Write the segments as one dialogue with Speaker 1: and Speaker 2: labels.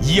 Speaker 1: 以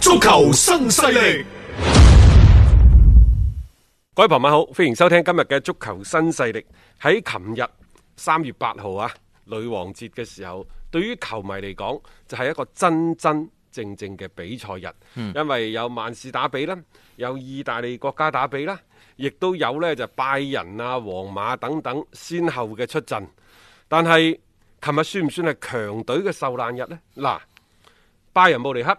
Speaker 1: 足球新勢力。
Speaker 2: 各位朋友好，歡迎收聽今日嘅足球新勢力。喺琴日三月八號啊，女王節嘅時候，對於球迷嚟講就係、一個真真正正嘅比賽日，因為有曼市打比啦，有意大利國家打比啦，亦都有呢就拜仁啊、皇馬等等先後嘅出陣。但係琴日算唔算係強隊嘅受難日呢？嗱，拜仁慕尼黑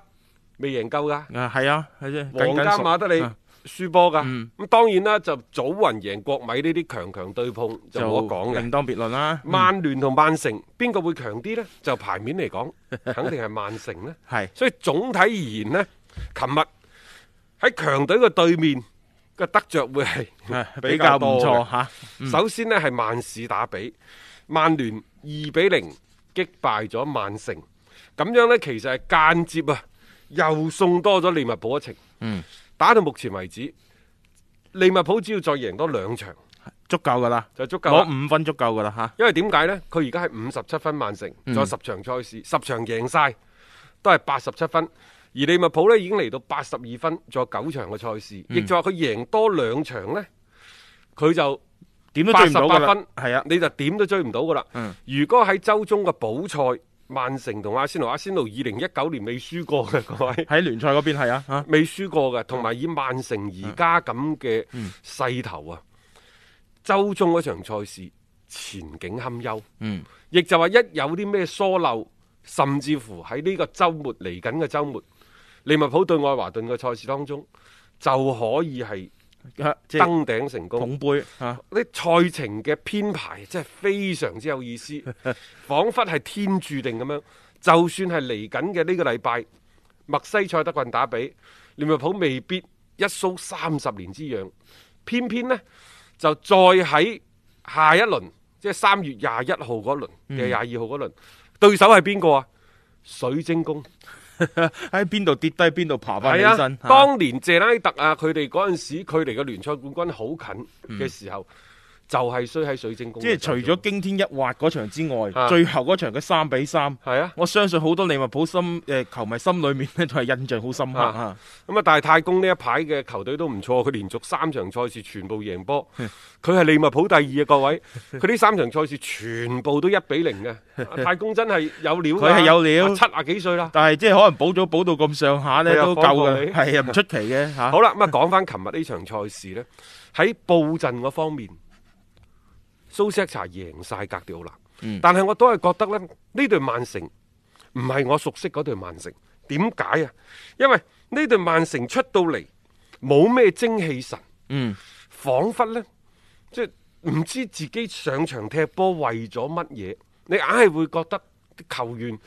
Speaker 2: 未贏夠㗎。
Speaker 3: 啊，係啊，係啫，
Speaker 2: 皇
Speaker 3: 緊緊
Speaker 2: 家
Speaker 3: 熟
Speaker 2: 馬德里
Speaker 3: 啊
Speaker 2: 輸波噶，咁、
Speaker 3: 嗯
Speaker 2: 當然啦，就祖雲贏國米呢啲強強對碰就冇得講嘅
Speaker 3: 另。當別論啦。
Speaker 2: 啊曼聯同曼城邊個會強啲呢？就牌面嚟 講，肯定係曼城呢。
Speaker 3: 係
Speaker 2: 所以總體而言呢，琴日喺強隊嘅對面嘅得着會係
Speaker 3: 係啊比較唔
Speaker 2: 多嘅
Speaker 3: 錯嚇，嗯
Speaker 2: 首先呢係曼市打比，曼聯二比零擊敗咗曼城，咁樣呢，其實係間接啊，又送多咗利物浦一程。
Speaker 3: 嗯，
Speaker 2: 打到目前為止，利物浦只要再贏多兩場
Speaker 3: 足夠噶啦，
Speaker 2: 就足夠啦。
Speaker 3: 攞五分足夠噶啦嚇。嗯
Speaker 2: 因為點解呢？佢而家係五十七分曼城，仲有十場賽事，十場贏晒都係八十七分。而利物浦呢已經嚟到八十二分，仲有九場嘅賽
Speaker 3: 嗯
Speaker 2: 事，亦就話佢贏多兩場呢，佢就。
Speaker 3: 點都
Speaker 2: 八
Speaker 3: 追
Speaker 2: 十
Speaker 3: 唔到
Speaker 2: 八
Speaker 3: 㗎啦
Speaker 2: 分，
Speaker 3: 係啊，
Speaker 2: 你就點都追唔到噶啦。
Speaker 3: 嗯
Speaker 2: 如果喺周中嘅補賽，曼城同阿仙奴，阿仙奴二零一九年未輸過嘅，各位
Speaker 3: 喺聯賽嗰邊係啊嗯嚇，
Speaker 2: 未輸過嘅，同埋以曼城而家咁嘅勢頭啊，周中嗰場賽事前景堪憂。
Speaker 3: 嗯，
Speaker 2: 亦就話一有啲咩疏漏，甚至乎喺呢個週末嚟緊嘅週末，利物浦對愛華頓嘅賽事當中，就可以係
Speaker 3: 啊即係
Speaker 2: 登頂成功。
Speaker 3: 捧杯啊嚇，
Speaker 2: 啲賽程嘅編排真係非常之有意 思，彷彿係天注定咁樣。就算係嚟緊嘅呢個禮拜，墨西塞德郡打比，利物浦未必一掃三十年之癢，偏偏呢，就再喺下一輪，即係三月廿一號嗰輪定
Speaker 3: 嗯
Speaker 2: 係廿二號嗰輪，對手係邊個啊？水晶宮。
Speaker 3: 喺邊度跌低邊度爬翻起
Speaker 2: 係啊
Speaker 3: 身。，嚇
Speaker 2: 當年謝拉特啊，佢哋嗰陣時距離嘅聯賽冠軍好近嘅時候，就係衰喺水晶宮嘅
Speaker 3: 嗯即係除
Speaker 2: 手
Speaker 3: 咗
Speaker 2: 中。
Speaker 3: 驚天一滑嗰場之
Speaker 2: 啊
Speaker 3: 外，最後嗰場嘅三比三。
Speaker 2: 係啊，
Speaker 3: 我相信好多利物浦心誒球迷心裏面咧都係印象好深刻
Speaker 2: 啊
Speaker 3: 啊！
Speaker 2: 咁啊，但係太公呢一排嘅球隊都唔錯，佢連續三場賽事全部贏 波，佢係利物浦第二啊，各位，佢呢三場賽事全部都一比零 嘅，啊太公真係有料㗎，
Speaker 3: 佢係有料
Speaker 2: 七啊幾歲啦。
Speaker 3: 但係即係可能補咗補到咁上下咧
Speaker 2: 佢又
Speaker 3: 都夠
Speaker 2: 啊放過你
Speaker 3: 嘅，係啊唔出奇嘅嚇。
Speaker 2: 好啦，咁啊講翻琴日呢場賽事呢，喺布陣嗰方面，蘇斯克查贏晒格調啦。
Speaker 3: 嗯
Speaker 2: 但係我都係覺得呢，呢隊曼城唔係我熟悉嗰隊曼城。點解啊？因為呢隊曼城出到嚟冇咩精氣神，
Speaker 3: 嗯，
Speaker 2: 彷彿呢，即係唔知自己上場踢波為咗乜嘢，你硬係會覺得啲球員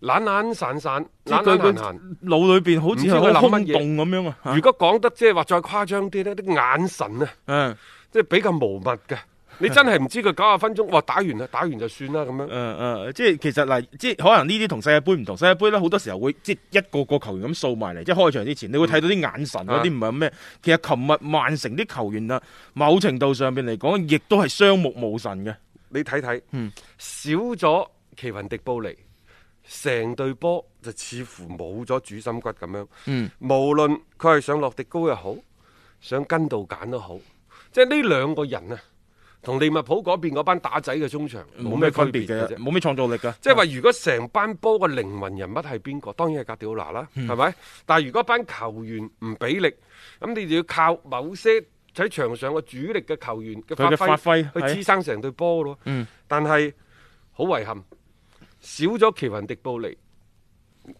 Speaker 2: 懶懶散散、
Speaker 3: 即
Speaker 2: 懶
Speaker 3: 係佢
Speaker 2: 懶閒
Speaker 3: 佢
Speaker 2: 閒。
Speaker 3: 腦裏邊好似係好空洞咁樣啊！
Speaker 2: 如果講得即係話再誇張啲呢，啲眼神啊〜
Speaker 3: 嗯
Speaker 2: 即係比較無物嘅。你真係唔知佢九十分鐘，哇打完啦，打完就算啦咁樣。
Speaker 3: 嗯嗯，即係其實嗱，即係可能呢啲同世界盃唔同，世界盃咧好多時候會即係一個個球員咁掃埋嚟，即係開場之前，你
Speaker 2: 嗯
Speaker 3: 會睇到啲眼神啊
Speaker 2: 啊
Speaker 3: 嗰啲唔係咩。其實琴日曼城啲球員啊，某程度上邊嚟講，亦都係雙目無神嘅。
Speaker 2: 你睇睇，
Speaker 3: 嗯
Speaker 2: 少咗奇雲迪布尼，成隊波就似乎冇咗主心骨咁樣。
Speaker 3: 嗯，
Speaker 2: 無論佢係上洛迪高又好，上根道簡都好，即係呢兩個人啊，同利物浦嗰邊嗰班打仔嘅中場
Speaker 3: 冇咩分別
Speaker 2: 區
Speaker 3: 嘅
Speaker 2: 啫，。
Speaker 3: 冇咩創造力嘅。
Speaker 2: 即係話，如果成班波嘅靈魂人物係邊個？當然係格
Speaker 3: 嗯
Speaker 2: 迪奧拿啦，係咪？但係如果班球員唔俾力，咁你就要靠某些喺場上嘅主力嘅球員嘅
Speaker 3: 佢嘅
Speaker 2: 發
Speaker 3: 發揮
Speaker 2: 去
Speaker 3: 係
Speaker 2: 支撐成隊波咯。
Speaker 3: 嗯
Speaker 2: 但係好遺憾，少咗奇雲迪布尼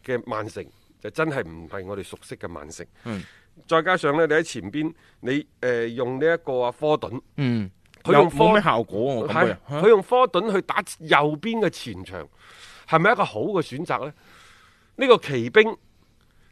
Speaker 2: 嘅曼城，就真係唔係我哋熟悉嘅曼城。
Speaker 3: 嗯
Speaker 2: 再加上呢，你喺前邊，你誒、呃用呢一個啊科頓，
Speaker 3: 嗯，
Speaker 2: 佢
Speaker 3: 有
Speaker 2: 用科
Speaker 3: 冇咩效果啊我感覺
Speaker 2: 係佢用科頓去打右邊嘅前場，係咪一個好嘅選擇呢？呢、個奇兵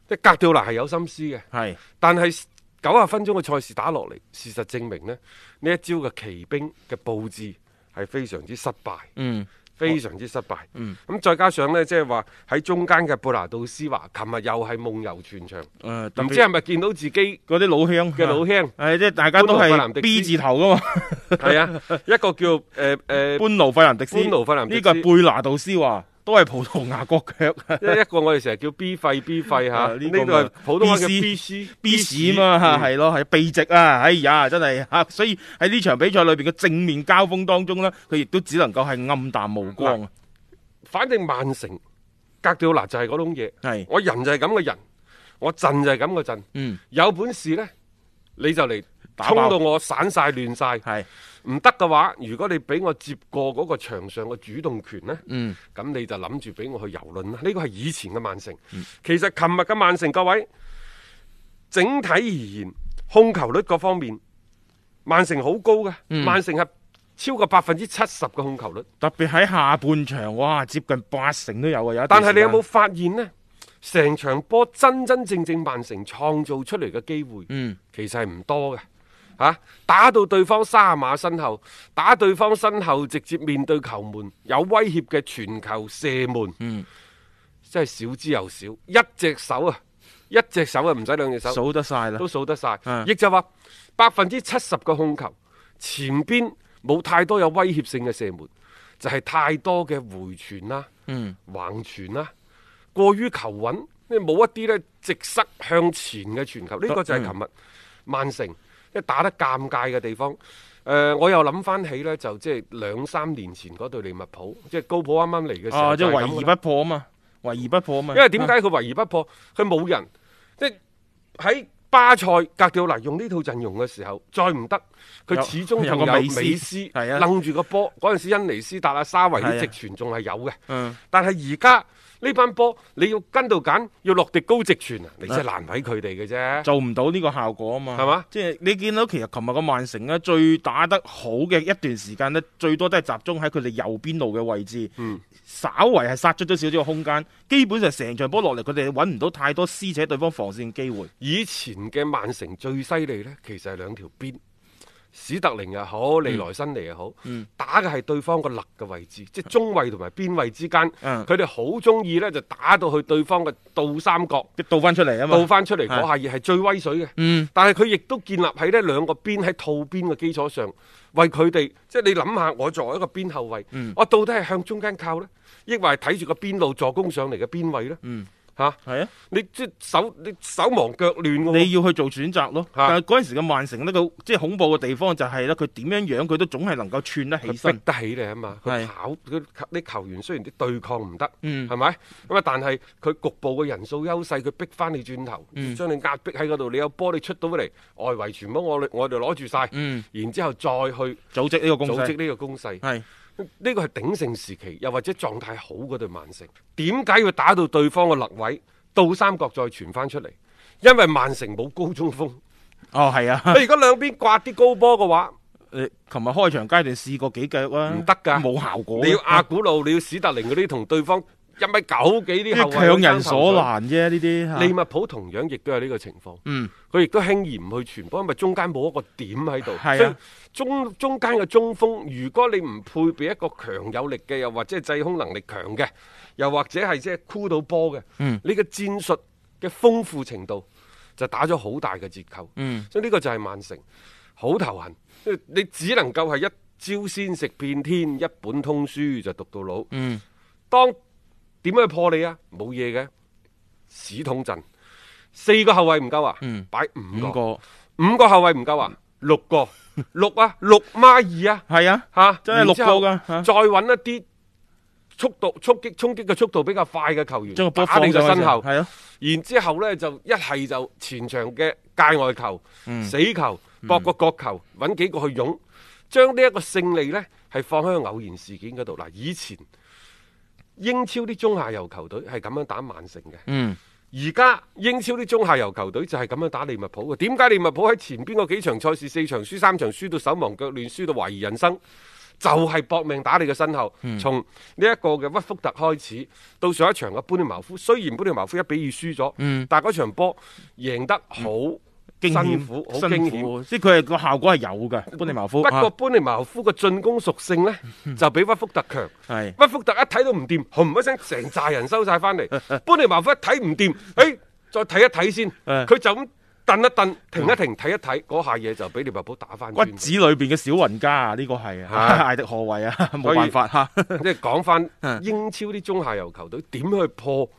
Speaker 2: 即係格調拿係有心思嘅，
Speaker 3: 係
Speaker 2: 但係九十分鐘嘅賽事打落嚟，事實證明呢，呢一招嘅奇兵嘅佈置係非常之失敗。
Speaker 3: 嗯
Speaker 2: 非常之失敗。咁、再加上呢，即係話喺中間嘅布拿杜斯華，琴日又係夢遊全場，唔
Speaker 3: 誒，呃特
Speaker 2: 知
Speaker 3: 別
Speaker 2: 嗯係咪見到自己嘅
Speaker 3: 嗰啲老鄉？
Speaker 2: 老兄
Speaker 3: 係即係大家都
Speaker 2: 搬奴費南迪斯
Speaker 3: 係 B 字頭 噶嘛，
Speaker 2: 係啊，一個叫誒誒，
Speaker 3: 班奴費南迪斯，
Speaker 2: 班奴費南迪斯
Speaker 3: 呢個係貝拿杜斯華，都係葡萄牙國腳
Speaker 2: 即係一個我哋成日叫 B 費 B 費嚇，
Speaker 3: 啊
Speaker 2: 呢
Speaker 3: 呢
Speaker 2: 度
Speaker 3: 個
Speaker 2: 係普通話嘅 B
Speaker 3: B
Speaker 2: C
Speaker 3: B 市嘛，
Speaker 2: 嗯
Speaker 3: 係咯，係避席啊，哎呀，真係嚇，所以喺呢場比賽裏邊嘅正面交鋒當中呢，佢亦都只能夠係暗淡無光啊，
Speaker 2: 反正曼城格調嗱就係嗰種嘢，
Speaker 3: 係
Speaker 2: 我人就係咁嘅人，我陣就係咁嘅陣。
Speaker 3: 嗯，
Speaker 2: 有本事呢，你就嚟
Speaker 3: 打
Speaker 2: 衝
Speaker 3: 爆
Speaker 2: 到我散晒亂晒。
Speaker 3: 係
Speaker 2: 唔得嘅話，如果你俾我接過嗰個場上嘅主動權呢，咁、
Speaker 3: 嗯
Speaker 2: 你就諗住俾我去遊論啦。呢個係以前嘅曼城，其實琴日嘅曼城，各位整體而言，控球率各方面，曼城好高嘅，曼城係超過百分之七十嘅控球率。
Speaker 3: 特別喺下半場，哇，接近八成都有啊，有一段
Speaker 2: 但係你有
Speaker 3: 時間
Speaker 2: 冇發現呢？成場波真真正正曼城創造出嚟嘅機會，
Speaker 3: 嗯
Speaker 2: 其實係唔多嘅。嚇、打到對方沙馬身後，打對方身後直接面對球門有威脅嘅傳球射門，
Speaker 3: 嗯
Speaker 2: 真係少之又少。一隻手啊，一隻手啊，唔使兩隻手，
Speaker 3: 數得晒啦
Speaker 2: 都？數得晒。
Speaker 3: 嗯
Speaker 2: 亦就話百分之七十嘅控球前邊冇太多有威脅性嘅射門，就係、太多嘅回傳啦、
Speaker 3: 嗯
Speaker 2: 橫傳啦，過於求穩，你冇一啲咧直塞向前嘅傳球。呢、個
Speaker 3: 嗯
Speaker 2: 就係琴日曼城即係打得尷尬嘅地方。誒、我又諗翻起呢，就即係兩三年前嗰對利物浦，即係高普啱啱嚟嘅時候
Speaker 3: 啊，即
Speaker 2: 就
Speaker 3: 係
Speaker 2: 係咁㗎啦，
Speaker 3: 圍而不破啊嘛，圍而不破啊嘛，
Speaker 2: 因為點解佢圍而不破？佢冇人，即係喺巴塞格調拿用呢套陣容嘅時候，再唔得，
Speaker 3: 有
Speaker 2: 佢始終
Speaker 3: 有
Speaker 2: 仲
Speaker 3: 個
Speaker 2: 有
Speaker 3: 美斯
Speaker 2: 美斯
Speaker 3: 係啊
Speaker 2: 楞住個波。嗰陣時，恩尼斯達啊、沙維啲
Speaker 3: 係啊
Speaker 2: 直傳仲係有嘅，
Speaker 3: 嗯
Speaker 2: 但係而家呢班波你要跟到揀，要落地高直傳啊，你真係難為佢哋嘅啫。
Speaker 3: 做唔到呢個效果啊嘛，
Speaker 2: 係嘛
Speaker 3: 即係你見到其實琴日個曼城咧，最打得好嘅一段時間咧，最多都係集中喺佢哋右邊路嘅位置，
Speaker 2: 嗯
Speaker 3: 稍為係殺出咗少少嘅空間，基本上成場波落嚟，佢哋揾唔到太多撕扯對方防線嘅機會。
Speaker 2: 以前嘅曼城最犀利呢，其實係兩條邊，史特靈又好，
Speaker 3: 嗯
Speaker 2: 利萊辛尼又好，打嘅係對方個肋嘅位置，即係中衞同埋邊衞之間，
Speaker 3: 嗯
Speaker 2: 佢哋好中意呢，就打到去對方嘅倒三角，
Speaker 3: 即係倒翻出嚟啊嘛，
Speaker 2: 倒翻出嚟
Speaker 3: 係
Speaker 2: 嗰下嘢係最威水嘅。
Speaker 3: 嗯
Speaker 2: 但係佢亦都建立喺呢兩個邊喺套邊嘅基礎上，為佢哋即係你諗下，我作為一個邊後衞，
Speaker 3: 嗯
Speaker 2: 我到底係向中間靠呢？抑或係睇住個邊路助攻上嚟嘅邊位呢？
Speaker 3: 嗯
Speaker 2: 嚇、
Speaker 3: 係啊，
Speaker 2: 你即係手你手忙腳亂嘅喎
Speaker 3: 你要去做選擇咯。
Speaker 2: 嚇
Speaker 3: 但係嗰陣時嘅曼城呢個即係恐怖嘅地方就係咧，佢點樣樣佢都總係能夠串得起
Speaker 2: 佢逼
Speaker 3: 身。
Speaker 2: 得起你啊嘛，佢
Speaker 3: 係
Speaker 2: 跑佢啲球員雖然啲對抗唔得，
Speaker 3: 嗯
Speaker 2: 係咪咁啊？但係佢局部嘅人數優勢，佢逼翻你轉頭，
Speaker 3: 嗯
Speaker 2: 將你壓迫喺嗰度。你有波你出到嚟，外圍全部我哋我哋攞住晒，
Speaker 3: 嗯
Speaker 2: 然之後再去
Speaker 3: 組織呢個攻
Speaker 2: 組織
Speaker 3: 勢
Speaker 2: 呢個攻勢。
Speaker 3: 係
Speaker 2: 呢個係鼎盛時期，又或者狀態好嗰隊曼城，點解要打到對方嘅肋位倒三角再傳翻出嚟？因為曼城冇高中鋒，
Speaker 3: 哦係啊，
Speaker 2: 你如果兩邊刮啲高波嘅話。
Speaker 3: 誒琴日開場階段試過幾腳啊，
Speaker 2: 唔得㗎
Speaker 3: 冇效果㗎。
Speaker 2: 你要阿古路，你要史特靈嗰啲同對方一米九幾啲後
Speaker 3: 呢
Speaker 2: 衞
Speaker 3: 強人
Speaker 2: 爭
Speaker 3: 所
Speaker 2: 頭
Speaker 3: 難啊啫，呢啲嚇
Speaker 2: 上。利物浦同樣亦都有呢個情況，
Speaker 3: 嗯，
Speaker 2: 佢亦都輕易唔去傳波，因為中間冇一個點喺度。
Speaker 3: 係啊
Speaker 2: 所以中中間嘅中鋒，如果你唔配備一個強有力嘅，又或者係制空能力強嘅，又或者係即係箍到波嘅，
Speaker 3: 嗯
Speaker 2: 你嘅戰術嘅豐富程度就打咗好大嘅折扣。
Speaker 3: 嗯，
Speaker 2: 所以呢個就係曼城好頭痕，因為你只能夠係一招先食遍天，一本通書就讀到老。
Speaker 3: 嗯，
Speaker 2: 當點樣去破你啊？冇嘢嘅，屎桶陣，四個後衞唔夠啊，
Speaker 3: 嗯
Speaker 2: 擺五個，
Speaker 3: 五個
Speaker 2: 五個後衞唔夠啊，六個，六啊，六孖二啊，
Speaker 3: 係啊，
Speaker 2: 嚇、
Speaker 3: 真係
Speaker 2: 然
Speaker 3: 六
Speaker 2: 之後
Speaker 3: 個㗎嚇
Speaker 2: 再揾一啲速度、速擊、衝擊嘅速度比較快嘅球員，
Speaker 3: 將個波
Speaker 2: 打
Speaker 3: 放
Speaker 2: 你
Speaker 3: 上
Speaker 2: 嘅
Speaker 3: 去
Speaker 2: 身後。
Speaker 3: 係咯，嗯
Speaker 2: 然之後呢，就一係就前場嘅界外球、死球，博個角球，揾幾個去擁，將呢一個勝利呢係放喺個偶然事件嗰度。嗱，以前英超啲中下游球隊係咁樣打曼城嘅。
Speaker 3: 嗯，
Speaker 2: 而家英超啲中下游球隊就係咁樣打利物浦嘅，點解利物浦喺前邊嗰幾場賽事四場輸三場輸到手忙腳亂，輸到懷疑人生？就係搏命打你嘅身後，從呢一個嘅屈福特開始，到上一場嘅般尼茅夫，雖然般尼茅夫一比二輸咗，但係嗰場波贏得好嗯辛苦，好驚險。
Speaker 3: 即係佢係個效果係有 嘅。般尼茅夫，
Speaker 2: 不過
Speaker 3: 啊嗯
Speaker 2: 般尼茅夫嘅進攻屬性呢，就比屈福特強。
Speaker 3: 係
Speaker 2: 屈福特一睇到唔掂，轟一聲成扎人收晒 翻嚟。般尼茅夫一睇唔掂，誒再睇一睇先，
Speaker 3: 誒
Speaker 2: 佢就咁蹬一蹬，停一停，睇一睇，嗰下嘢就俾利物浦打翻
Speaker 3: 骨
Speaker 2: 轉頭。
Speaker 3: 子裏邊嘅小雲家啊，呢個係啊，
Speaker 2: 係
Speaker 3: 艾迪何維啊，
Speaker 2: 所
Speaker 3: 冇
Speaker 2: 以
Speaker 3: 辦法嚇。
Speaker 2: 即係講翻
Speaker 3: 啊
Speaker 2: 英超啲中下游球隊點去破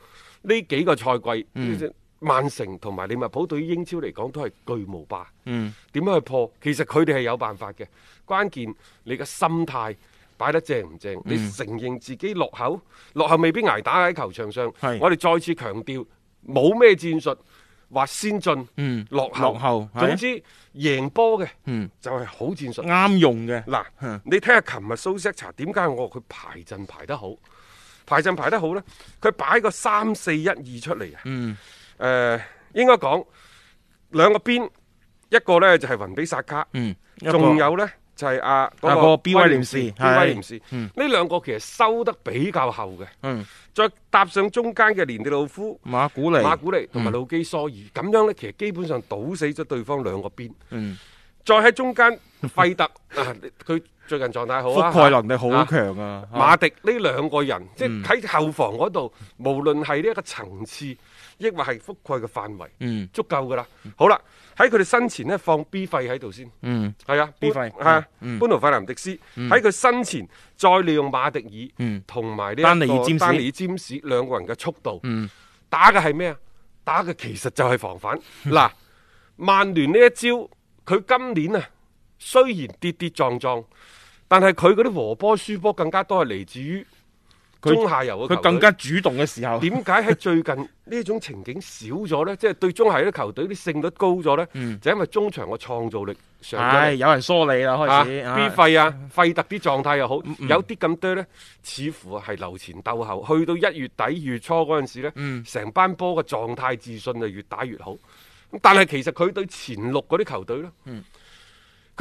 Speaker 2: 呢幾個賽季，
Speaker 3: 嗯
Speaker 2: 即係曼城同埋利物浦對於英超嚟講都係巨無霸。嗯，點樣去破？其實佢哋係有辦法嘅，關鍵你嘅心態。擺得正唔
Speaker 3: 嗯
Speaker 2: 正？你承認自己落後，落後未必捱打喺球場上。
Speaker 3: 係
Speaker 2: 我哋再次強調，冇咩戰術，話先進、
Speaker 3: 嗯
Speaker 2: 落後。
Speaker 3: 落後係
Speaker 2: 總之贏波嘅
Speaker 3: 嗯
Speaker 2: 就係好戰術。
Speaker 3: 啱用嘅，
Speaker 2: 嗱
Speaker 3: 嗯，
Speaker 2: 你睇下琴日蘇斯查點解我話佢排陣排得好，排陣排得好呢？佢擺個三四一二出嚟啊！嗯，誒、應該講兩個邊，一個呢就係、雲比薩卡，
Speaker 3: 嗯一個
Speaker 2: 仲有呢就係阿
Speaker 3: 啊
Speaker 2: 嗰
Speaker 3: 個
Speaker 2: 個
Speaker 3: B 威廉士
Speaker 2: ，B
Speaker 3: 係
Speaker 2: 威廉士，呢兩個其實收得比較後嘅，
Speaker 3: 嗯，
Speaker 2: 再搭上中間嘅連地老夫。
Speaker 3: 馬古嗯尼，
Speaker 2: 馬古尼同埋路基疏爾，咁、樣呢，其實基本上堵死咗對方兩個邊。
Speaker 3: 嗯
Speaker 2: 再喺中間，費特 啊，佢最近狀態好啊
Speaker 3: 覆蓋能力好
Speaker 2: 啊
Speaker 3: 強啊，啊嗯
Speaker 2: 馬迪呢兩個人，即係喺後防嗰度，無論係呢一個層次，抑或係覆蓋嘅範圍，
Speaker 3: 嗯
Speaker 2: 足夠噶啦。好啦，喺佢哋身前呢，放 B 費喺度先，
Speaker 3: 嗯。
Speaker 2: 係啊
Speaker 3: B
Speaker 2: 班
Speaker 3: 費嗯
Speaker 2: 係啊，班奴費南迪斯喺佢身前，再利用馬迪爾同埋呢一個
Speaker 3: 嗯丹尼爾詹士嗯
Speaker 2: 丹尼爾詹士兩個人嘅速度，打嘅係咩啊？打嘅其實就係防反。
Speaker 3: 嗯
Speaker 2: 嗱，曼聯呢一招，佢今年啊雖然跌跌撞撞，但係佢嗰啲和波輸波更加多係嚟自於
Speaker 3: 佢
Speaker 2: 中下游嘅球
Speaker 3: 佢
Speaker 2: 隊
Speaker 3: 更加主動嘅時 候，
Speaker 2: 點解喺最近呢種情景少咗呢？即係對中下游啲球隊啲勝率高咗呢，
Speaker 3: 嗯
Speaker 2: 就因為中場嘅創造力上咗嚟
Speaker 3: 唉，。有人梳你啦，
Speaker 2: 啊
Speaker 3: 開始嗯啊
Speaker 2: ，B 費啊，費特啲狀態又好，有啲咁多呢，似乎係留前鬥後。去到一月底二月初嗰陣時咧，
Speaker 3: 嗯
Speaker 2: 成、班波嘅狀態自信就越打越好。咁但係其實佢對前六嗰啲球隊呢，佢、
Speaker 3: 嗯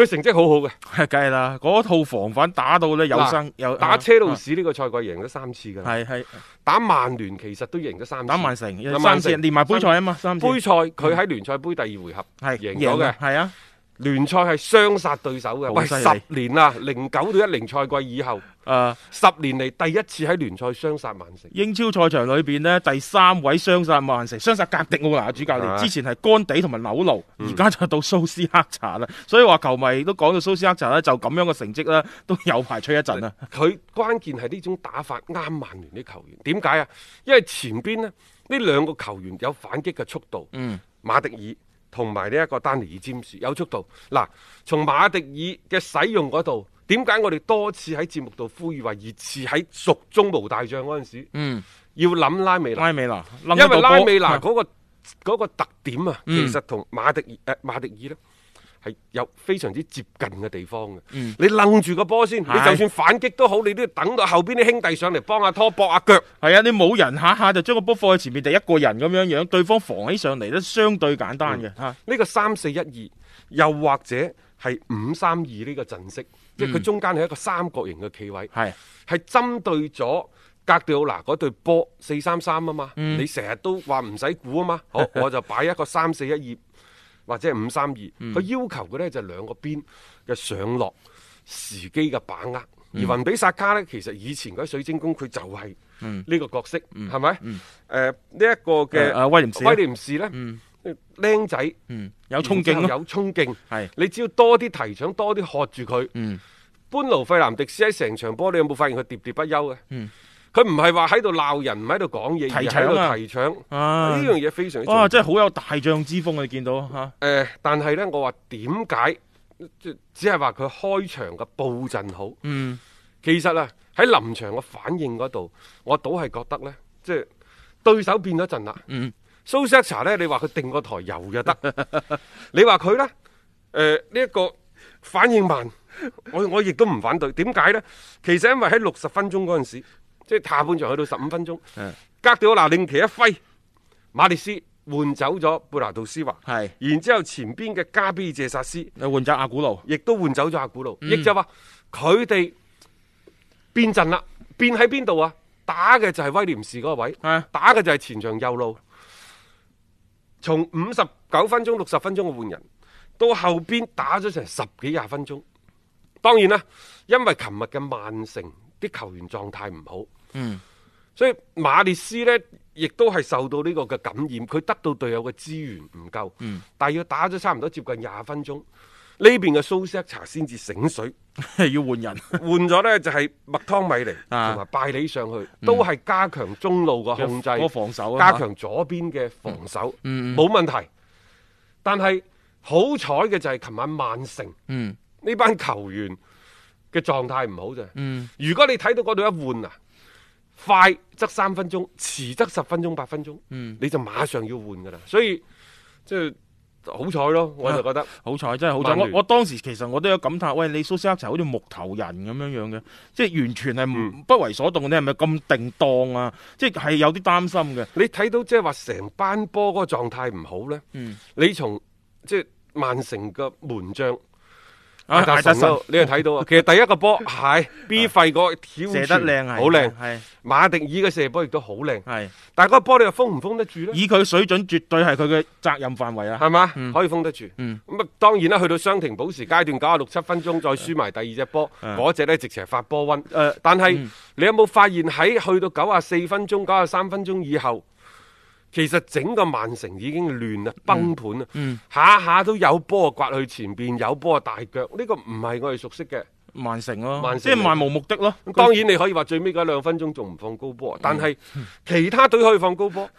Speaker 2: 成績好好嘅。
Speaker 3: 梗係啦，嗰套防反打到咧有
Speaker 2: 嗱
Speaker 3: 生有啊
Speaker 2: 打車路士呢個賽季贏咗三次㗎啦，
Speaker 3: 係係
Speaker 2: 打曼聯其實都贏咗三次。
Speaker 3: 打曼城
Speaker 2: 打曼
Speaker 3: 三
Speaker 2: 城
Speaker 3: 次連埋杯賽啊嘛，三次
Speaker 2: 杯賽佢喺聯賽杯第二回合
Speaker 3: 係
Speaker 2: 贏咗嘅。
Speaker 3: 係啊，
Speaker 2: 聯賽係雙殺對手嘅，
Speaker 3: 好
Speaker 2: 喂，
Speaker 3: 犀利
Speaker 2: 十年啦，零九到一零賽季以後，
Speaker 3: 誒
Speaker 2: 十年嚟第一次喺聯賽雙殺曼城。
Speaker 3: 啊英超賽場裏邊呢，第三位雙殺曼城，雙殺格迪奧拿主教練，
Speaker 2: 啊嗯
Speaker 3: 之前係干地同埋紐奴，而家就到蘇斯克查啦，所以話球迷都講到蘇斯克查咧，就咁樣嘅成績咧，都有排吹一陣啊啦，
Speaker 2: 佢關鍵係呢種打法啱曼聯啲球員，點解啊？因為前邊呢，呢兩個球員有反擊嘅速度，嗯，馬迪爾同埋呢一個丹尼爾詹士有速度。嗱，從馬迪爾嘅使用嗰度，點解我哋多次喺節目度呼籲話熱刺喺蜀中無大將嗰陣時，
Speaker 3: 嗯，
Speaker 2: 要諗拉美拿，
Speaker 3: 拉美拿，
Speaker 2: 因為拉美拿嗰、個嗰個特點啊，其實同馬迪爾誒、馬迪爾呢。係有非常之接近嘅地方嘅。你楞住個波先，你
Speaker 3: 係
Speaker 2: 就算反擊都好，你都要等到後邊啲兄弟上嚟幫下拖搏下腳。
Speaker 3: 係啊，你冇人下下就將個波放喺前面，第一個人咁樣樣，對方防起上嚟咧，相對簡單嘅吓。
Speaker 2: 呢個三四一二，又或者係五三二呢個陣式，即係佢中間係一個三角形嘅企位，
Speaker 3: 嗯係
Speaker 2: 係針對咗。格迪奧拿嗰隊波四三三啊嘛，
Speaker 3: 嗯
Speaker 2: 你成日都話唔使估啊嘛， 好我就擺一個三四一二或者五三二，
Speaker 3: 嗯
Speaker 2: 佢要求嘅呢就兩個邊嘅上落時機嘅把握。
Speaker 3: 嗯
Speaker 2: 而雲比薩卡呢，其實以前嗰啲水晶宮佢就係呢個角色，係咪？誒呢一個嘅
Speaker 3: 嗯誒誒威廉士啊
Speaker 2: 威廉士呢，僆仔
Speaker 3: 嗯有衝勁咯，
Speaker 2: 嗯有衝勁。
Speaker 3: 係
Speaker 2: 你只要多啲提搶，多啲喝住佢。嗯，班奴費南迪斯喺成場波，你有冇發現佢喋喋不休嘅？嗯，佢唔係話喺度鬧人，唔係喺度講嘢，而係喺
Speaker 3: 搶啊
Speaker 2: 度提搶。
Speaker 3: 啊
Speaker 2: 呢樣嘢非常之重
Speaker 3: 哇，
Speaker 2: 要。
Speaker 3: 真係好有大將之風啊！你見到吓，
Speaker 2: 誒、但係呢，我話點解？即只係話佢開場嘅佈陣好。嗯，其實啊，喺臨場嘅反應嗰度，我倒係覺得呢，即係對手變咗陣啦。嗯，蘇斯克查呢，你話佢定個台遊就得，你話佢呢，誒呢一個反應慢，我我亦都唔反對。點解呢？其實因為喺六十分鐘嗰陣時，即係下半場去到十五分鐘，格調嗱令旗一揮，馬列斯換走咗貝拿杜斯華，
Speaker 3: 係
Speaker 2: 然之後前邊嘅加比謝薩斯
Speaker 3: 你換走阿古路，
Speaker 2: 亦都換走咗阿古路，亦、就話佢哋變陣啦，變喺邊度啊？打嘅就係威廉士嗰個位，
Speaker 3: 係啊
Speaker 2: 打嘅就係前場右路。從五十九分鐘、六十分鐘嘅換人，到後邊打咗成十幾廿分鐘。當然啦，因為琴日嘅曼城啲球員狀態唔好，嗯，所以馬列斯呢亦都係受到呢個嘅感染，佢得到隊友嘅資源唔夠，嗯，大約打咗差唔多接近廿分鐘，呢邊嘅蘇斯克查先至醒水。
Speaker 3: 要換人，
Speaker 2: 換咗呢就係麥湯米尼同
Speaker 3: 啊
Speaker 2: 埋拜里上去，都係加強中路嘅控制
Speaker 3: 嗰個防守啊嘛嗯
Speaker 2: 加強左邊嘅防守，冇問題。但係好彩嘅就係琴晚曼城
Speaker 3: 嗯
Speaker 2: 呢班球員嘅狀態唔好啫。
Speaker 3: 嗯
Speaker 2: 如果你睇到嗰度一換啊，快則三分鐘，遲則十分鐘、八分鐘，
Speaker 3: 嗯
Speaker 2: 你就馬上要換噶啦。所以即係好彩咯，
Speaker 3: 啊
Speaker 2: 我就覺得。
Speaker 3: 好彩真係好彩。
Speaker 2: 曼
Speaker 3: 我
Speaker 2: 聯
Speaker 3: 我當時其實我都有感嘆，喂，你蘇斯克查好似木頭人咁樣樣嘅，即係完全係唔
Speaker 2: 嗯
Speaker 3: 不為所動。你係咪咁定當啊？即係有啲擔心嘅。
Speaker 2: 你睇到即係話成班波嗰個狀態唔好呢，
Speaker 3: 嗯
Speaker 2: 你從即係曼城嘅門將
Speaker 3: 啊
Speaker 2: 艾達
Speaker 3: 艾達
Speaker 2: 臣
Speaker 3: 臣啊
Speaker 2: 嗰度，你就睇到 啊。其實第一個波係 B 費個挑
Speaker 3: 射
Speaker 2: 傳
Speaker 3: 得靚係
Speaker 2: 嗯好靚，
Speaker 3: 係
Speaker 2: 馬迪爾嘅射波亦都好靚，
Speaker 3: 係，
Speaker 2: 但係嗰個波你又封唔封得住呢？
Speaker 3: 以佢水準絕對係佢嘅責任範圍啊。
Speaker 2: 係嘛？可以封得住。
Speaker 3: 嗯
Speaker 2: 咁啊，當然啦，去到雙停補時階段九啊六七分鐘再輸埋第二隻波，
Speaker 3: 嗯
Speaker 2: 嗰只呢直情係發波温。
Speaker 3: 誒
Speaker 2: 但係你有冇發現喺去到九啊四分鐘、九啊三分鐘以後，其實整個曼城已經亂啦、崩盤啦，
Speaker 3: 嗯
Speaker 2: 下下都有波啊刮去前邊，有波啊大腳，呢、個唔係我哋熟悉嘅。
Speaker 3: 曼城咯，
Speaker 2: 曼城啊
Speaker 3: 即係漫無目的咯。
Speaker 2: 咁當然你可以話最尾嗰一兩分鐘仲唔放高波，但係
Speaker 3: 嗯
Speaker 2: 其他隊可以放高波，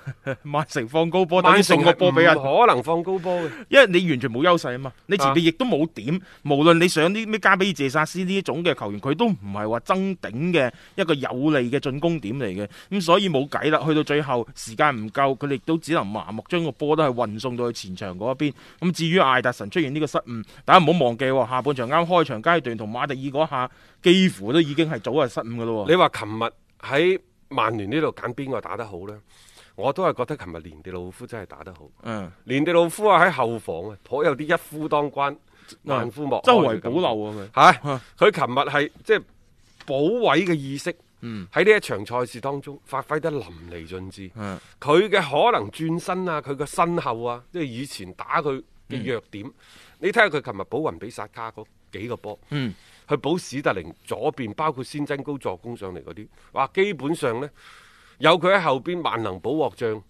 Speaker 3: 曼城放高波，等
Speaker 2: 曼
Speaker 3: 於
Speaker 2: 城
Speaker 3: 送個波俾
Speaker 2: 係
Speaker 3: 人。
Speaker 2: 唔可能放高波嘅。
Speaker 3: 因為你完全冇優勢啊嘛，你前
Speaker 2: 啊
Speaker 3: 面亦都冇點，無論你上啲咩加比謝薩斯呢一種嘅球員，佢都唔係話爭頂嘅一個有利嘅進攻點嚟嘅，咁所以冇計啦。去到最後時間唔夠，佢哋都只能麻木將個波都係運送到去前場嗰一邊。咁至於艾達臣出現呢個失誤，大家唔好忘記喎，下半場啱開場階段同馬迪爾嗰下，幾乎都已經係早係失誤噶咯喎。
Speaker 2: 你話琴日喺曼聯呢度揀邊個打得好呢？我都係覺得琴日連地老夫真係打得好。
Speaker 3: 嗯，
Speaker 2: 連地老夫啊喺後防啊，頗有啲一夫當關，萬夫莫開
Speaker 3: 周圍
Speaker 2: 嘅感
Speaker 3: 保
Speaker 2: 覺
Speaker 3: 留啊佢。
Speaker 2: 吓
Speaker 3: 啊，
Speaker 2: 佢琴日係即係保位嘅意識，喺呢一場賽事當中發揮得淋漓盡致。
Speaker 3: 嗯
Speaker 2: 佢嘅可能轉身啊，佢嘅身後啊，即係以前打佢嘅弱點。你睇下佢琴日保雲比薩卡嗰幾個波，
Speaker 3: 嗯
Speaker 2: 去保史特靈左邊，包括先真高助攻上嚟嗰啲，哇！基本上呢，有佢喺後邊萬能補獲將，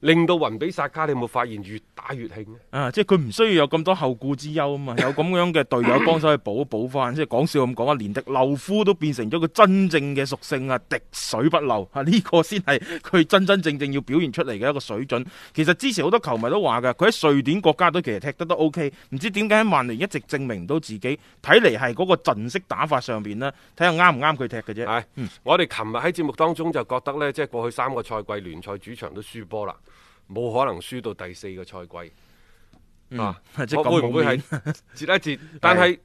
Speaker 2: 令到雲比薩卡，你有冇發現越打越興呢？
Speaker 3: 啊！即係佢唔需要有咁多後顧之憂 啊嘛，有咁樣嘅隊友幫手去補一補翻，即係講笑咁講啊，連迪漏夫都變成咗個真正嘅屬性啊，滴水不漏啊，呢、個先係佢真真正正要表現出嚟嘅一個水準。其實之前好多球迷都話㗎，佢喺瑞典國家隊其實踢得都 OK，唔知點解喺曼聯一直證明唔到自己，睇嚟係嗰個陣式打法上邊呢，睇下啱唔啱佢踢嘅啫。嗯
Speaker 2: 係，我哋琴日喺節目當中就覺得呢，即係過去三個賽季聯賽主場都輸波啦，冇可能輸到第四個賽季。啊，
Speaker 3: 嗯即係咁
Speaker 2: 會唔會
Speaker 3: 冇面
Speaker 2: 係 截一截？但係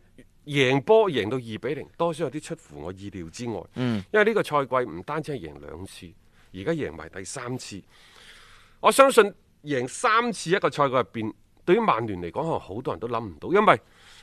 Speaker 2: 贏波贏到二比零，多少有啲出乎我意料之外。嗯因為呢個賽季唔單止係贏兩次，而家贏埋第三次。我相信贏三次一個賽季入邊，對於曼聯嚟講，可能好多人都諗唔到，因為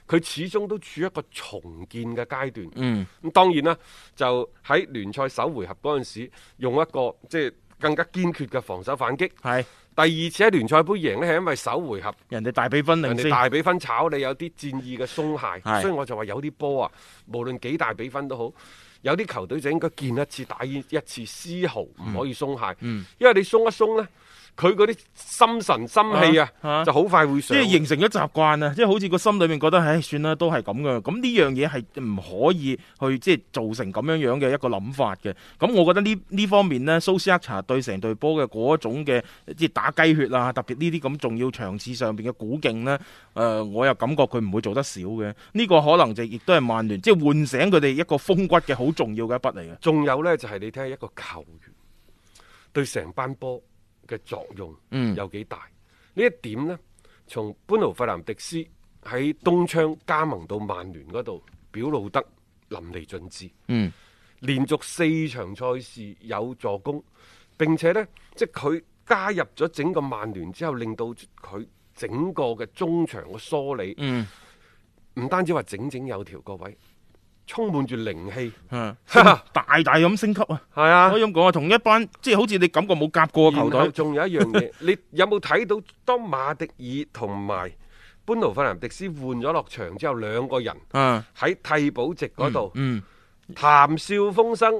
Speaker 2: 佢始終都處於一個重建嘅階段。嗯，咁當然啦，就喺聯賽首回合嗰陣時，用一個即係更加堅決嘅防守反擊。
Speaker 3: 係
Speaker 2: 第二次喺聯賽杯贏呢，係因為首回合
Speaker 3: 人哋大比分
Speaker 2: 人
Speaker 3: 領
Speaker 2: 哋
Speaker 3: 先，
Speaker 2: 大比分炒你有啲戰意嘅鬆懈，
Speaker 3: 係
Speaker 2: 所以我就話有啲波啊，無論幾大比分都好，有啲球隊就應該見一次打一次，絲毫唔
Speaker 3: 嗯
Speaker 2: 可以鬆懈，因為你鬆一鬆呢，佢嗰啲心神心氣啊，
Speaker 3: 啊啊
Speaker 2: 就好快會
Speaker 3: 即
Speaker 2: 上。
Speaker 3: 係形成咗習慣啊！即係好似個心裏面覺得，唉，算啦，都係咁噶。咁呢樣嘢係唔可以去即係造成咁樣樣嘅一個諗法嘅。咁我覺得呢呢方面呢，蘇斯克查對成隊波嘅嗰種嘅即係打雞血啊，特別呢啲咁重要場次上邊嘅鼓勁呢，誒、呃我又感覺佢唔會做得少嘅。呢、個可能就亦都係曼聯即係喚醒佢哋一個風骨嘅好重要嘅一筆嚟嘅。
Speaker 2: 仲有呢，就係、你睇下一個球員對成班波嘅作用有幾大？呢、一點呢，從班奴費南迪斯喺東窗加盟到曼聯嗰度，表露得淋漓盡致。
Speaker 3: 嗯，
Speaker 2: 連續四場賽事有助攻，並且呢，即係佢加入咗整個曼聯之後，令到佢整個嘅中場嘅梳理，
Speaker 3: 嗯，
Speaker 2: 唔單止話整整有條，各位充滿住靈氣，
Speaker 3: 嗯升 大大咁升級啊！
Speaker 2: 係啊
Speaker 3: 可以咁講啊，同一班即係好似你感覺冇夾過嘅
Speaker 2: 然
Speaker 3: 球
Speaker 2: 後
Speaker 3: 隊，
Speaker 2: 仲有一樣 嘢，你有冇睇到當馬迪爾同埋班奴費南迪斯換咗落場之後，兩個人
Speaker 3: 嗯
Speaker 2: 喺替補席嗰度
Speaker 3: 嗯，
Speaker 2: 談笑風生，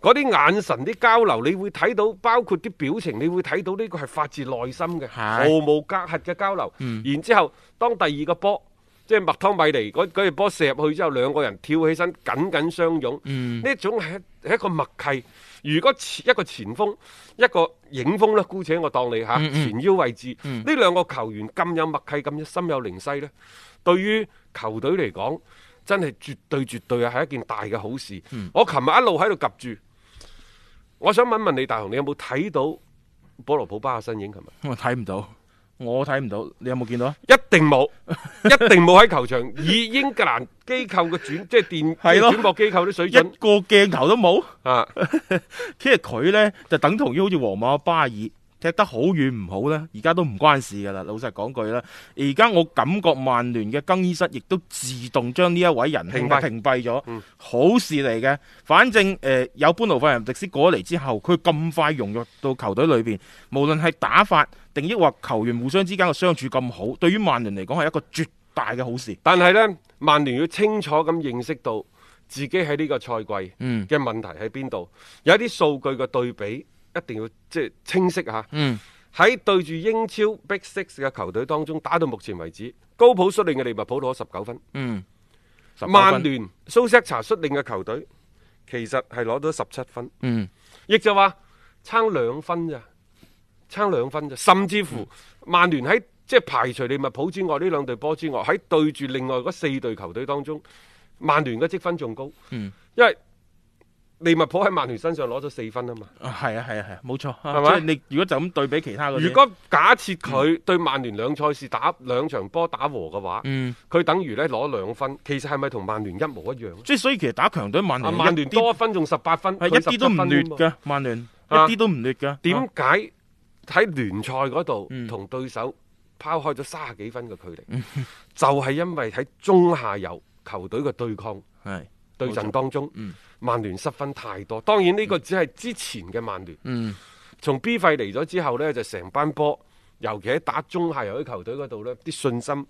Speaker 2: 嗰啲眼神啲交流，你會睇到，包括啲表情，你會睇到呢個係發自內心嘅，毫無隔閡嘅交流。然之後，當第二個波。即係麥湯米尼嗰嗰隻波射入去之後，兩個人跳起身緊緊相擁，呢、種係一係一個默契。如果前一個前鋒一個影鋒咧，姑且我當你嚇、前腰位置，呢、兩個球員咁有默契、咁有心有靈犀呢，對於球隊嚟講，真係絕對絕對係一件大嘅好事。我琴日一路喺度及住，我想問問你大雄，你有冇睇到保羅普巴嘅身影？琴日
Speaker 3: 我啊睇唔到，我睇唔到，你有冇見到啊？
Speaker 2: 一定冇， 一定冇喺球場以英格蘭機構嘅轉即係電
Speaker 3: 係咯
Speaker 2: 轉播機構啲水
Speaker 3: 一
Speaker 2: 準
Speaker 3: 個鏡頭都冇。
Speaker 2: 啊！
Speaker 3: 其實佢呢，就等同於好似皇馬巴爾踢得好與唔好呢，而家都唔關事噶啦。老實講句啦，而家我感覺曼聯嘅更衣室亦都自動將呢一位仁兄
Speaker 2: 屏蔽
Speaker 3: 屏蔽咗，
Speaker 2: 嗯
Speaker 3: 好事嚟嘅。反正誒、呃有班奴費林迪斯過嚟之後，佢咁快融入到球隊裏邊，無論係打法定抑或球員互相之間嘅相處咁好，對於曼聯嚟講係一個絕大嘅好事。
Speaker 2: 但係呢，曼聯要清楚咁認識到自己喺呢個賽季
Speaker 3: 嗯
Speaker 2: 嘅問題喺邊度，有一啲數據嘅對比一定要即係清晰下。
Speaker 3: 嗯，
Speaker 2: 喺對住英超 Big Six 嘅球隊當中，打到目前為止，高普率領嘅利物浦攞十九分，
Speaker 3: 嗯，
Speaker 2: 曼聯蘇斯克查率領嘅球隊其實係攞到十七分，
Speaker 3: 嗯
Speaker 2: 亦就話差兩分咋，差兩分咋，甚至
Speaker 3: 嗯
Speaker 2: 乎曼聯喺即係排除利物浦之外呢兩隊波之外，喺對住另外嗰四隊球隊當中，曼聯嘅積分仲高，
Speaker 3: 嗯
Speaker 2: 因為利物浦喺曼聯身上攞咗四分啊嘛。
Speaker 3: 啊係啊係啊係啊，冇錯。
Speaker 2: 係
Speaker 3: 即
Speaker 2: 咪
Speaker 3: 係你如果就咁對比其他嗰啲，
Speaker 2: 如果假設佢對曼聯兩賽事打兩場波打和嘅話，
Speaker 3: 嗯。
Speaker 2: 佢等於咧攞兩分，其實係咪同曼聯一模一樣啊？
Speaker 3: 即係所以其實打強隊曼
Speaker 2: 啊，
Speaker 3: 聯
Speaker 2: 曼
Speaker 3: 嗯一
Speaker 2: 聯
Speaker 3: 啲
Speaker 2: 多一分仲十八分，
Speaker 3: 係
Speaker 2: 佢
Speaker 3: 一啲都唔
Speaker 2: 17分
Speaker 3: 劣
Speaker 2: 啫嘛。
Speaker 3: 㗎，曼聯一
Speaker 2: 啊
Speaker 3: 啲都唔劣㗎。
Speaker 2: 點
Speaker 3: 啊
Speaker 2: 解喺聯賽嗰度
Speaker 3: 嗯
Speaker 2: 同對手拋開咗三十幾分嘅距離？ 就係因為喺中下游球隊嘅對抗
Speaker 3: 係
Speaker 2: 對陣當中
Speaker 3: 嗯，
Speaker 2: 曼聯失分太多。當然呢個只係之前嘅曼聯。
Speaker 3: 嗯
Speaker 2: 從 B 費嚟咗之後呢，就成班波，尤其喺打中下游啲球隊嗰度呢，啲信心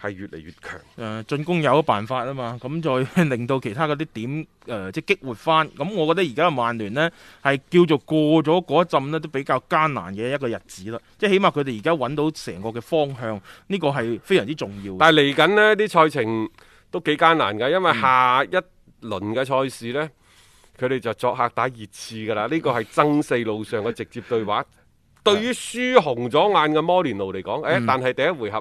Speaker 2: 係越嚟越強。
Speaker 3: 誒進攻有辦法啊嘛，咁再 令到其他嗰啲點誒、呃即係激活翻。咁我覺得而家嘅曼聯呢，係叫做過咗嗰一陣呢，都比較艱難嘅一個日子啦。即係起碼佢哋而家揾到成個嘅方向，呢、個係非常之重要嘅。
Speaker 2: 但係嚟緊呢啲賽程都幾艱難㗎，因
Speaker 3: 嗯
Speaker 2: 為下一輪嘅賽事呢，佢哋就作客打熱刺㗎啦。呢個係爭四路上嘅直接對 話。對於輸紅咗眼嘅摩連奴嚟講，誒、但係第一回合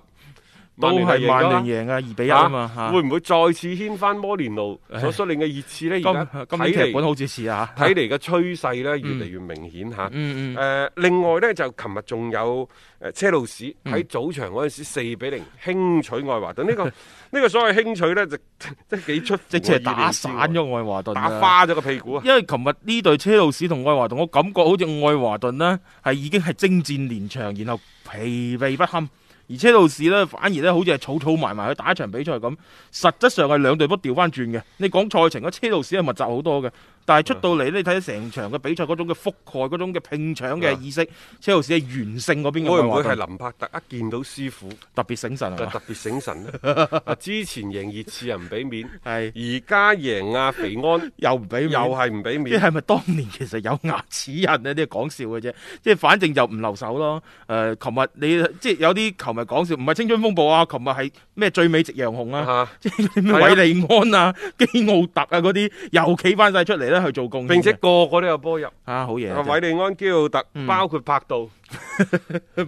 Speaker 3: 嗯都
Speaker 2: 曼聯係
Speaker 3: 係
Speaker 2: 贏咗啦
Speaker 3: 曼聯贏啊，二比一啊嘛
Speaker 2: 啊
Speaker 3: 嚇。
Speaker 2: 會唔會再次牽翻摩連奴所率領嘅熱刺呢？而
Speaker 3: 啊今
Speaker 2: 家
Speaker 3: 今年
Speaker 2: 睇
Speaker 3: 劇
Speaker 2: 嚟
Speaker 3: 本好似似啊嚇。
Speaker 2: 睇嚟嘅趨勢呢，越嚟越明顯嚇。
Speaker 3: 嗯
Speaker 2: 誒、
Speaker 3: 嗯
Speaker 2: 另外呢，就琴日仲有誒、呃車路士
Speaker 3: 嗯
Speaker 2: 喺早場嗰陣時四比零輕取愛華頓，呢、個 呢個所謂輕取呢，就 即係幾出乎
Speaker 3: 直情
Speaker 2: 我
Speaker 3: 係
Speaker 2: 意
Speaker 3: 打
Speaker 2: 料之
Speaker 3: 散
Speaker 2: 外
Speaker 3: 咗愛華頓啊。
Speaker 2: 打花咗個屁股啊！
Speaker 3: 因為琴日呢隊車路士同愛華頓，我感覺好似愛華頓呢係已經係征戰連場，然後疲憊不堪。而車路士呢，反而呢好似係草草埋埋去打一場比賽咁，實質上係兩隊波調翻轉嘅。你講賽程，嗰車路士係密集好多嘅，
Speaker 2: 嗯
Speaker 3: 但係出到嚟呢，你睇成場嘅比賽嗰種嘅覆蓋、嗰種嘅拼搶嘅意識，車路士係完勝嗰邊嘅
Speaker 2: 嗯會唔會
Speaker 3: 愛華
Speaker 2: 係
Speaker 3: 頓，
Speaker 2: 林柏特一見到師 傅
Speaker 3: 特別醒神
Speaker 2: 就
Speaker 3: 啊！
Speaker 2: 特別醒神 呢？啊之前贏熱刺又唔俾面，
Speaker 3: 係
Speaker 2: 而家贏阿肥 安
Speaker 3: 又唔俾面
Speaker 2: 又係唔俾
Speaker 3: 即
Speaker 2: 面。
Speaker 3: 係咪當年其實有牙齒印呢？啲係講笑嘅啫，即係反正就唔留手咯。誒、琴日你即係有啲球迷講笑，唔係青春風暴啊，琴日係咩最美夕陽紅啊，
Speaker 2: 啊
Speaker 3: 即係咩
Speaker 2: 係啊
Speaker 3: 韋利安啊、基奧特啊嗰啲又企翻晒出嚟咧。咧去做貢獻嘅，
Speaker 2: 並且個個都有波入。
Speaker 3: 啊好嗯嘢
Speaker 2: 啊
Speaker 3: 啊，
Speaker 2: 韋利安、基奧特，包括柏度，
Speaker 3: 真係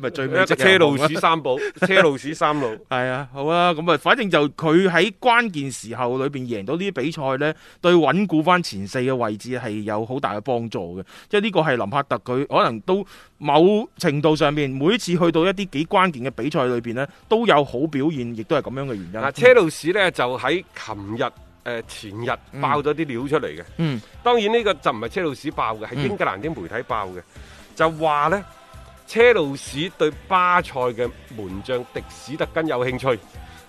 Speaker 3: 咪最
Speaker 2: 一
Speaker 3: 尾
Speaker 2: 個
Speaker 3: 即
Speaker 2: 車路
Speaker 3: 係
Speaker 2: 士三寶，車路士三路。
Speaker 3: 系啊，好啊，咁啊，反正就佢喺關鍵時候裏边贏到呢啲比賽呢，對穩固翻前四嘅位置係有好大嘅幫助嘅。即係呢個係林柏特佢可能都某程度上面，每一次去到一啲幾關鍵嘅比賽裏边呢，都有好表現，亦都係咁樣嘅原因。
Speaker 2: 嗱，車路士呢就喺琴日誒、呃前日爆咗啲料出嚟嘅。
Speaker 3: 嗯，
Speaker 2: 當然呢個就唔係車路士爆嘅，係英格蘭啲媒體爆嘅，就話呢，車路士對巴塞嘅門將迪史特根有興趣，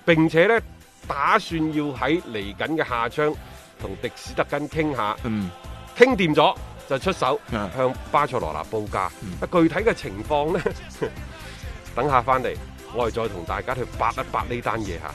Speaker 2: 並且呢打算要喺嚟緊嘅下窗同迪史特根傾下。
Speaker 3: 嗯，
Speaker 2: 傾掂咗就出手
Speaker 3: 啊嗯
Speaker 2: 向巴塞羅那報價。啊、具體嘅情況呢， 等下翻嚟，我哋再同大家去八一八呢單嘢嚇。